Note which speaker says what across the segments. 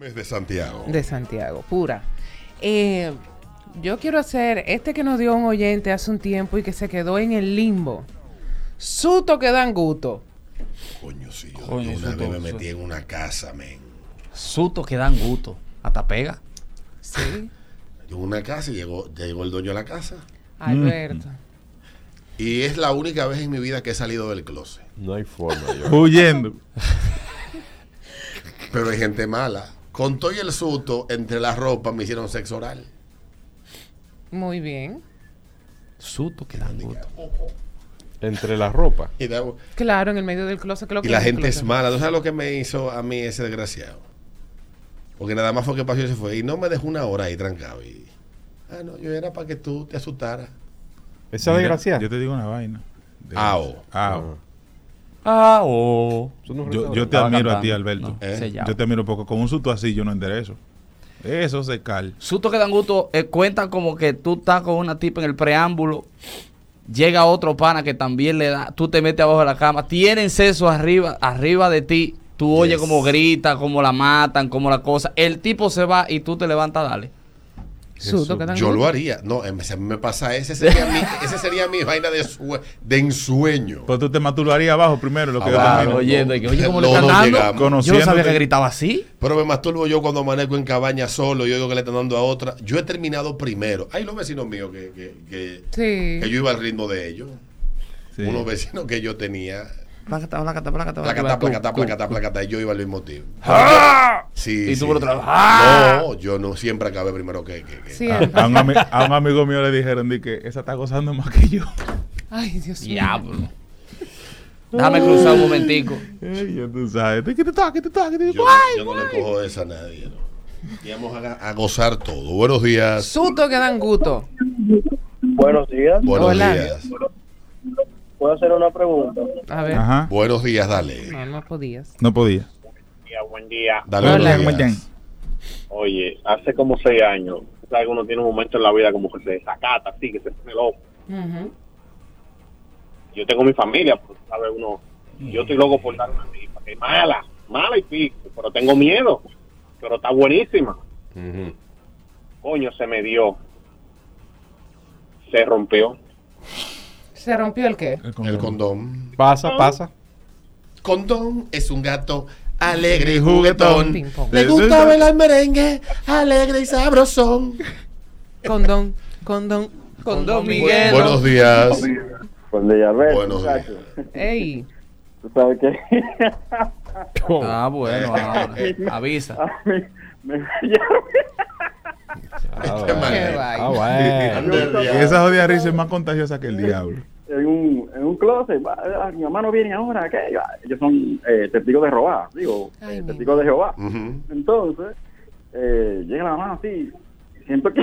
Speaker 1: Es de Santiago.
Speaker 2: de Santiago, pura. Eh, yo quiero hacer este que nos dio un oyente hace un tiempo y que se quedó en el limbo. Suto que dan gusto.
Speaker 1: Coño, sí. Yo,
Speaker 3: Coño,
Speaker 1: yo una
Speaker 3: eso
Speaker 1: vez
Speaker 3: todo,
Speaker 1: me
Speaker 3: eso.
Speaker 1: metí en una casa, men.
Speaker 3: Sutos que dan gusto. Hasta pega.
Speaker 2: Sí,
Speaker 1: Yo en una casa y llegó, llegó el dueño de la casa.
Speaker 2: Alberto.
Speaker 1: Y es la única vez en mi vida que he salido del closet.
Speaker 4: No hay forma. Yo.
Speaker 5: Huyendo.
Speaker 1: Pero hay gente mala. Con todo y el susto, entre la ropa me hicieron sexo oral.
Speaker 2: Muy bien.
Speaker 3: Sutos que dan gusto.
Speaker 4: Entre la ropa.
Speaker 1: Y, da-
Speaker 2: Claro, en el medio del closet. que lo
Speaker 1: y
Speaker 2: que
Speaker 1: la
Speaker 2: es el
Speaker 1: gente es
Speaker 2: closet.
Speaker 1: mala. ¿Tú sabes lo que me hizo a mí ese desgraciado? Porque nada más fue que pasó y se fue. Y no me dejó una hora ahí trancado. Y, ah, no, yo era para que tú te asustaras.
Speaker 4: Esa
Speaker 5: Mira,
Speaker 4: desgracia.
Speaker 5: Yo te digo una vaina. De-
Speaker 1: Ao.
Speaker 5: Ao.
Speaker 3: Ah, oh.
Speaker 4: Eso no es
Speaker 5: Yo, yo
Speaker 4: restaurante.
Speaker 5: te
Speaker 3: Estaba
Speaker 5: admiro a
Speaker 3: cantando.
Speaker 5: ti, Alberto.
Speaker 3: No,
Speaker 1: Eh,
Speaker 3: se llama.
Speaker 5: eh. Yo te admiro porque con un susto así yo no enderezo. Eso se cal.
Speaker 3: Susto que dan gusto eh, cuenta como que tú estás con una tipa en el preámbulo, llega otro pana que también le da, tú te metes abajo de la cama, tienen sexo arriba, arriba de ti, tú oyes como grita, como la matan, como la cosa, el tipo se va y tú te levantas, dale.
Speaker 2: Suto que dan
Speaker 1: Yo lo
Speaker 2: gusto.
Speaker 1: haría. No, em, si a mí me pasa, ese sería mi, ese sería mi vaina de, sue- de ensueño.
Speaker 5: Pues tú te maturbarías abajo primero, lo que yo
Speaker 1: Abajo,
Speaker 5: termino.
Speaker 1: oye.
Speaker 3: oyendo, y que, oye, ¿cómo le
Speaker 1: Los
Speaker 3: están
Speaker 1: dos
Speaker 3: dando?
Speaker 1: llegamos.
Speaker 3: Yo no sabía
Speaker 5: Conociéndote.
Speaker 3: que gritaba así.
Speaker 1: Pero me masturbo yo cuando amanezco en cabaña solo y oigo que le están dando a otra. Yo he terminado primero. Hay los vecinos míos que, que, que-
Speaker 2: Sí.
Speaker 1: que yo iba al ritmo de ellos.
Speaker 5: Sí.
Speaker 1: Unos vecinos que yo tenía.
Speaker 3: Placata, placata, placata,
Speaker 1: Placata,
Speaker 3: placata,
Speaker 1: placata,
Speaker 3: cu, cu.
Speaker 1: placata, placata. Y yo iba al mismo tiempo.
Speaker 4: Ah.
Speaker 1: Sí,
Speaker 3: Y
Speaker 1: sí.
Speaker 3: tú por ¡ah! otro lado,
Speaker 1: No, yo no siempre acabé primero que. que- que-
Speaker 2: Sí,
Speaker 5: A, a un ami- a un amigo mío le dijeron de que esa está gozando más que yo.
Speaker 2: Ay, Dios mío.
Speaker 3: Diablo. Déjame cruzar un momentico.
Speaker 5: Ey, ya tú sabes. ¿Qué te toca? ¿Qué te toca? ¿Qué te
Speaker 1: Yo,
Speaker 5: toca?
Speaker 1: yo no le cojo esa a nadie. ¿no? Y vamos a, a gozar todo. Buenos días.
Speaker 2: Suto que dan gusto.
Speaker 6: Buenos días.
Speaker 1: Buenos
Speaker 2: Hola.
Speaker 1: días.
Speaker 6: ¿Puedo hacer una pregunta?
Speaker 2: A ver.
Speaker 5: Ajá.
Speaker 1: Buenos días, dale.
Speaker 2: No, no podías.
Speaker 5: No podía.
Speaker 6: buen día.
Speaker 1: Dale
Speaker 2: Hola.
Speaker 1: buenos
Speaker 5: ¿Cómo
Speaker 1: días.
Speaker 5: están?
Speaker 6: Oye, hace como seis años, tú sabes que uno tiene un momento en la vida como que se desacata, así, que se pone loco.
Speaker 2: Ujú.
Speaker 6: Yo tengo mi familia, pero tú sabes, uno, yo estoy loco por dar una tipa, que es mala, mala y pico, pero tengo miedo, pero está buenísima.
Speaker 1: Ujú.
Speaker 6: Coño, se me dio. Se rompió.
Speaker 2: ¿Se rompió el qué?
Speaker 1: El condón.
Speaker 4: Pasa, pasa.
Speaker 1: Condón es un gato alegre y juguetón.
Speaker 2: Ping pong.
Speaker 1: Le gusta bailar merengue, alegre y sabrosón.
Speaker 2: Condón, condón, condón, Miguel.
Speaker 1: Buenos días.
Speaker 6: Cuando ya ves,
Speaker 1: Buenos días.
Speaker 2: Ey,
Speaker 6: tú sabes que
Speaker 3: Ah, bueno, ahora. Avisa.
Speaker 4: Ah,
Speaker 1: Qué
Speaker 4: bueno.
Speaker 2: qué
Speaker 1: mal.
Speaker 4: Ah,
Speaker 2: vaina.
Speaker 4: bueno.
Speaker 5: Y Eh, esa jodida risa es más contagiosa que el diablo.
Speaker 6: en un, en un closet. va, ah, Mi mamá no viene ahora. ¿qué? Ah, Ellos son eh, testigos de robar, digo,
Speaker 2: Ay,
Speaker 6: eh,
Speaker 2: mi
Speaker 6: testigos de Jehová.
Speaker 1: Ujú.
Speaker 6: Entonces, eh, llega la mamá así. Siento que.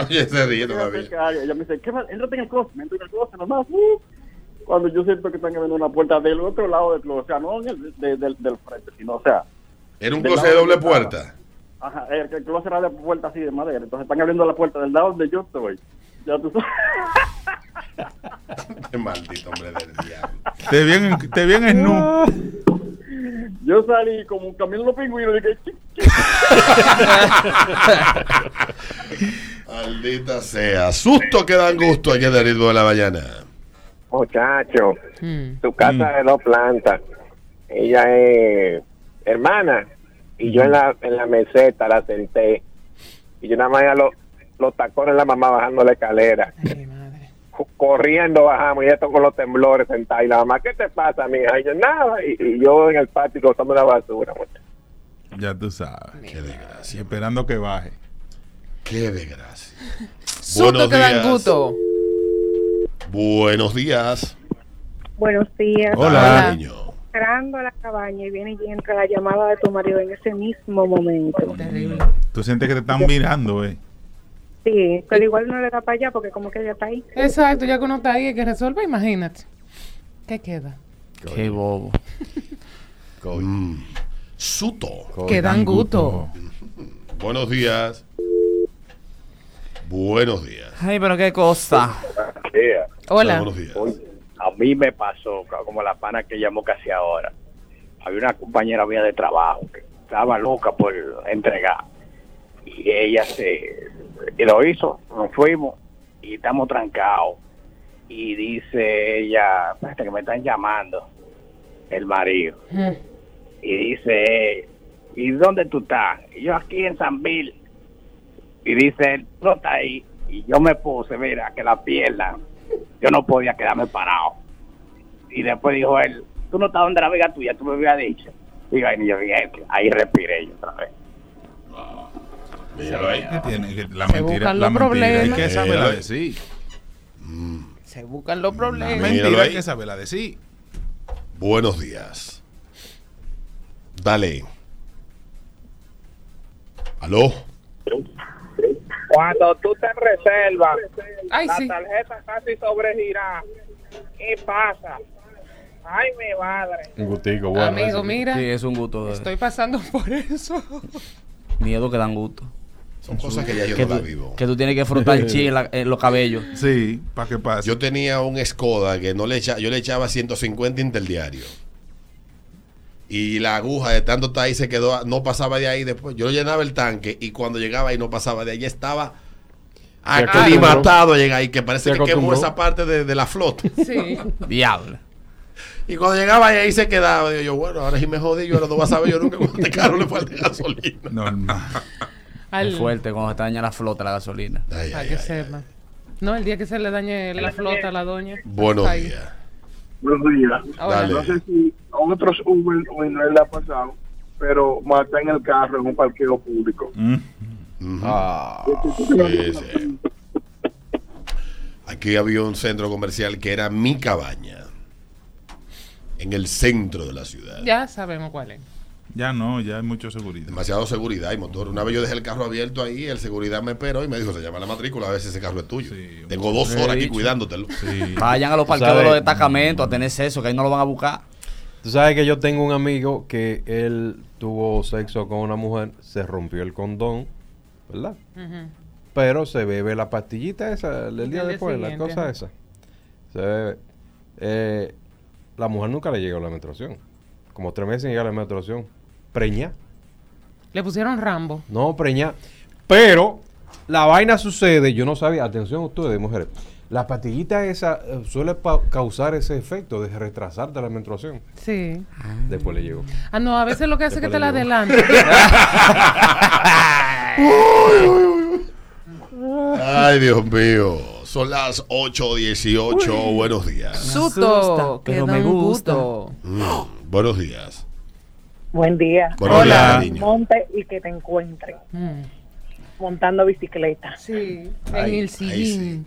Speaker 1: Oye, se ríe todavía.
Speaker 6: Ella me dice, ¿qué más? Entrate en el closet, me entro en el closet nomás. uh". Cuando yo siento que están abriendo una puerta del otro lado del closet, o sea, no en el- de- del, del frente, sino, o sea,
Speaker 1: Era un
Speaker 6: De
Speaker 1: closet de
Speaker 6: lado
Speaker 1: doble
Speaker 6: de
Speaker 1: puerta.
Speaker 6: ajá, el, el closet era de puerta así de madera. Entonces están abriendo la puerta del lado donde yo estoy. Ya tú sabes.
Speaker 1: Qué maldito hombre del diablo.
Speaker 5: Te vi en, te vi en el nu.
Speaker 6: Yo salí como camino los pingüinos y dije, "Chi".
Speaker 1: Maldita sea. Susto que dan gusto ayer del ritmo de la mañana.
Speaker 7: Muchacho,
Speaker 2: hmm,
Speaker 7: tu
Speaker 6: Mm.
Speaker 7: casa de dos plantas. Ella es hermana. Y yo en la, en la meseta la senté. Y yo nada más veía los, los tacones de la mamá bajando la escalera.
Speaker 2: ay, mi madre.
Speaker 7: Corriendo bajamos. Y ella con los temblores sentada. Y la mamá, ¿qué te pasa, mija? Y yo, nada. Y, y yo en el patio cortando la basura. muchacho.
Speaker 5: Ya tú sabes.
Speaker 1: Qué desgracia.
Speaker 5: Sí, esperando que baje.
Speaker 1: Qué desgracia.
Speaker 2: Suto que dan
Speaker 1: días.
Speaker 2: gusto.
Speaker 1: Buenos días.
Speaker 8: Buenos días.
Speaker 5: Hola.
Speaker 1: Dale, niño.
Speaker 8: Entrando a la cabaña y viene y entra la llamada de tu marido en ese mismo momento.
Speaker 2: Terrible.
Speaker 5: Tú sientes que te están mirando, eh.
Speaker 8: Sí, pero igual no le da para allá porque como que ella está ahí.
Speaker 2: Exacto, ya que uno está ahí hay que resuelve, imagínate. ¿Qué queda?
Speaker 3: Qué bobo.
Speaker 1: Mm. Suto.
Speaker 2: Que dan gusto.
Speaker 1: Buenos días. Buenos días.
Speaker 3: Ay, pero qué cosa.
Speaker 2: Hola.
Speaker 1: Buenos días.
Speaker 6: A mí me pasó, ca- como la pana que llamó casi ahora. Había una compañera mía de trabajo que
Speaker 7: estaba loca por entregar. Y ella se y lo hizo, nos fuimos y estamos trancados. Y dice ella, espérate que me están llamando el marido.
Speaker 2: Mm.
Speaker 7: Y dice, ¿y dónde tú estás? Y yo aquí en San Bill. Y dice, él, "Tú no está ahí. Y yo me puse, mira, que la pierna, yo no podía quedarme parado. Y después Pues dijo él, tú no estás donde la amiga tuya, tú me habías dicho. Y ahí, yo, y ahí- ahí respiré yo otra vez.
Speaker 1: Míralo ahí.
Speaker 9: ¿Qué tiene? Que La
Speaker 2: Se
Speaker 9: mentira,
Speaker 2: buscan
Speaker 9: la
Speaker 2: los
Speaker 9: mentira hay
Speaker 2: problemas.
Speaker 9: que saberla
Speaker 1: Mira.
Speaker 9: decir.
Speaker 2: Se buscan los
Speaker 9: La
Speaker 2: problemas.
Speaker 9: mentira hay
Speaker 1: ahí.
Speaker 9: que saberla decir.
Speaker 1: Buenos días. Dale. Aló.
Speaker 7: Cuando tú te reservas,
Speaker 2: Ay,
Speaker 7: la
Speaker 2: sí.
Speaker 7: tarjeta casi sobregirada. ¿Qué pasa? Ay, mi madre.
Speaker 4: Un gustico, bueno.
Speaker 2: Amigo,
Speaker 4: ese.
Speaker 2: mira,
Speaker 3: Sí, es un gusto. de-
Speaker 2: estoy pasando por eso.
Speaker 3: Miedo que dan gusto.
Speaker 1: Son cosas que ya yo
Speaker 3: que,
Speaker 1: no las
Speaker 3: tú,
Speaker 1: vivo.
Speaker 3: que tú tienes que frotar chi en, la- en los cabellos.
Speaker 9: Sí, para que pase.
Speaker 1: Yo tenía un Skoda que no le echa, yo le echaba 150 interdiario. Y la aguja de tanto estar ahí se quedó, a- no pasaba de ahí después. Yo llenaba el tanque y cuando llegaba ahí no pasaba de ahí, ya estaba aclimatado a llegar ahí, que parece
Speaker 4: Se
Speaker 1: que quemó
Speaker 4: acostumbró.
Speaker 1: esa parte de, de la flota.
Speaker 2: Sí.
Speaker 3: Diablo.
Speaker 1: Y cuando llegaba ahí, ahí se quedaba. Digo yo, bueno, ahora sí me jodí, yo ahora no voy a saber yo nunca cuánto este carro le falta gasolina.
Speaker 9: Normal.
Speaker 2: Al,
Speaker 3: Es fuerte cuando se te daña la flota la gasolina.
Speaker 1: Ay,
Speaker 2: Para
Speaker 1: ay,
Speaker 2: que
Speaker 1: ay.
Speaker 2: sepa. No, el día que se le dañe la flota a la doña.
Speaker 1: Buenos
Speaker 2: Ahí.
Speaker 1: días.
Speaker 6: Buenos días.
Speaker 2: Ahora,
Speaker 1: Dale.
Speaker 6: No sé si a otros Uber hoy no le ha pasado, pero mata en el carro en un parqueo público.
Speaker 4: Mm.
Speaker 1: Ujú.
Speaker 4: Ah,
Speaker 1: Sí, sí. Aquí había un centro comercial que era mi cabaña. En el centro de la ciudad.
Speaker 2: Ya sabemos cuál es.
Speaker 9: Ya no, ya hay mucho seguridad.
Speaker 1: Demasiado seguridad y motor. Una vez yo dejé el carro abierto ahí, el seguridad me esperó y me dijo, se llama la matrícula, a ver si ese carro es tuyo.
Speaker 9: Sí,
Speaker 1: Tengo dos
Speaker 3: le he
Speaker 1: horas aquí
Speaker 3: dicho.
Speaker 1: cuidándotelo.
Speaker 3: Vayan a los
Speaker 4: Tú
Speaker 3: parqueos de
Speaker 4: sabes-
Speaker 3: los destacamentos a tener sexo, que ahí no lo van a buscar.
Speaker 4: Tú sabes que yo tengo un amigo que él tuvo sexo con una mujer, se rompió el condón, ¿verdad?
Speaker 2: Ujú.
Speaker 4: Pero se bebe la pastillita esa el,
Speaker 2: Del
Speaker 4: día
Speaker 2: día
Speaker 4: después, la
Speaker 2: siguiente,
Speaker 4: cosa
Speaker 2: ajá.
Speaker 4: esa. Se bebe. Eh, la mujer nunca le llegó la menstruación. Como tres meses sin llegar la menstruación. Preña.
Speaker 2: Le pusieron Rambo.
Speaker 4: No, preña. Pero la vaina sucede, yo no sabía, atención ustedes, mujeres. La pastillita esa eh, suele pa- causar ese efecto de retrasarte la menstruación.
Speaker 2: Sí.
Speaker 4: Después le llegó.
Speaker 2: Ah, no, a veces lo que hace es que te la
Speaker 4: Después
Speaker 2: adelanta.
Speaker 1: Ay, Dios mío. Son las 8.18. Buenos días.
Speaker 2: Susto,
Speaker 3: asusta,
Speaker 2: que
Speaker 3: pero
Speaker 2: da
Speaker 3: me
Speaker 2: un
Speaker 3: gusta.
Speaker 2: gusto.
Speaker 1: Mm, buenos días.
Speaker 8: Buen día.
Speaker 1: Buenos
Speaker 9: Hola.
Speaker 1: días, cariño.
Speaker 8: Monte y que te encuentre
Speaker 2: Mm.
Speaker 8: montando bicicleta.
Speaker 2: Sí, en
Speaker 1: Ay,
Speaker 2: el
Speaker 1: ahí sí.
Speaker 2: sillín.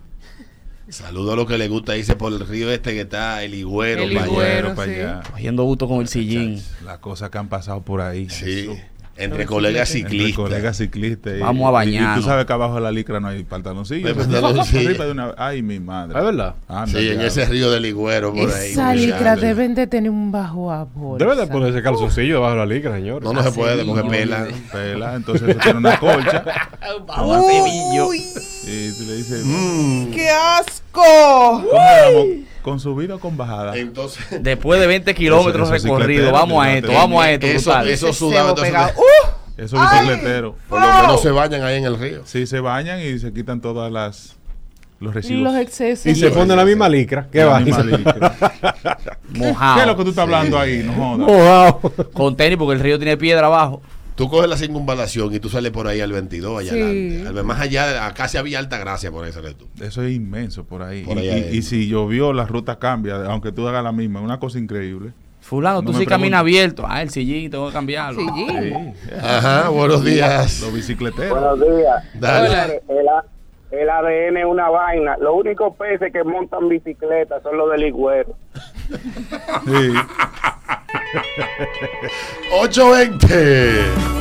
Speaker 1: Saludo a lo que le gusta irse por el río este que está el Higüero.
Speaker 2: El
Speaker 1: para allá.
Speaker 2: Higüero.
Speaker 9: Pero para
Speaker 2: sí.
Speaker 9: allá.
Speaker 3: Cogiendo gusto con el sillín.
Speaker 9: Las cosas que han pasado por ahí.
Speaker 1: Sí,
Speaker 9: Eso.
Speaker 1: entre colegas
Speaker 9: Entre
Speaker 1: ciclistas.
Speaker 9: colegas ciclistas. y-
Speaker 3: Vamos a
Speaker 9: y- Y,
Speaker 3: bañarnos.
Speaker 9: tú sabes que abajo de la licra no hay pantaloncillos.
Speaker 1: No hay pantaloncillos.
Speaker 9: Arriba de una- Ay, mi madre.
Speaker 4: Ah,
Speaker 9: Ah,
Speaker 4: ¿Es verdad?
Speaker 9: Anda,
Speaker 1: Ah, Sí, en
Speaker 9: diablo.
Speaker 1: ese río del Higüero por ahí. pues,
Speaker 2: Esa licra
Speaker 1: escuchando.
Speaker 2: deben de tener un bajo a bolsa.
Speaker 4: Debe de ponerse calzoncillo debajo de la licra, señor.
Speaker 1: No, no se puede porque
Speaker 3: Así
Speaker 1: pelan.
Speaker 9: Pela, entonces eso tiene una colcha. Y tú le dices,
Speaker 2: ¡Qué asco!
Speaker 9: ¿cómo vamos? ¿Con subida o con bajada?
Speaker 1: Entonces,
Speaker 3: Después de 20 kilómetros
Speaker 9: Eso- eso
Speaker 3: recorridos,
Speaker 9: cicletero,
Speaker 3: vamos a
Speaker 9: mira,
Speaker 3: esto,
Speaker 9: te-
Speaker 3: vamos a esto,
Speaker 1: eso-
Speaker 3: brutal.
Speaker 1: eso- sudado, entonces-
Speaker 9: Eso bicicletero.
Speaker 1: por lo menos se bañan ahí en el río.
Speaker 9: Sí, se bañan y se quitan todas las los residuos.
Speaker 2: Los excesos.
Speaker 4: Y se pone la misma licra. ¿Qué
Speaker 9: La
Speaker 4: va?
Speaker 9: misma licra. ¿Qué es lo que
Speaker 3: mojado.
Speaker 9: tú estás hablando ahí? No jodas.
Speaker 4: Mojado.
Speaker 3: Con tenis, porque el río tiene piedra abajo.
Speaker 1: Tú coges la circunvalación y tú sales por ahí al 22, allá
Speaker 2: Sí.
Speaker 1: adelante. Al- Más allá, de- a casi había alta gracia por ahí sales tú.
Speaker 9: Eso es inmenso por ahí.
Speaker 1: Por
Speaker 9: y,
Speaker 1: allá
Speaker 9: y-
Speaker 1: adentro.
Speaker 9: y si llovió, la ruta cambia, aunque tú hagas la misma. Es una cosa increíble.
Speaker 3: Fulano,
Speaker 9: No
Speaker 3: tú
Speaker 9: me
Speaker 3: sí
Speaker 9: preguntes.
Speaker 3: caminas abierto. Ah, el sillín, tengo que cambiarlo.
Speaker 2: Sillín.
Speaker 1: Ajá, buenos días.
Speaker 9: Los bicicleteros.
Speaker 7: Buenos días.
Speaker 1: Dale.
Speaker 7: Señores, El, A- el ADN es una vaina. Los únicos peces que montan bicicleta son los del higüero.
Speaker 9: Sí.
Speaker 1: 820.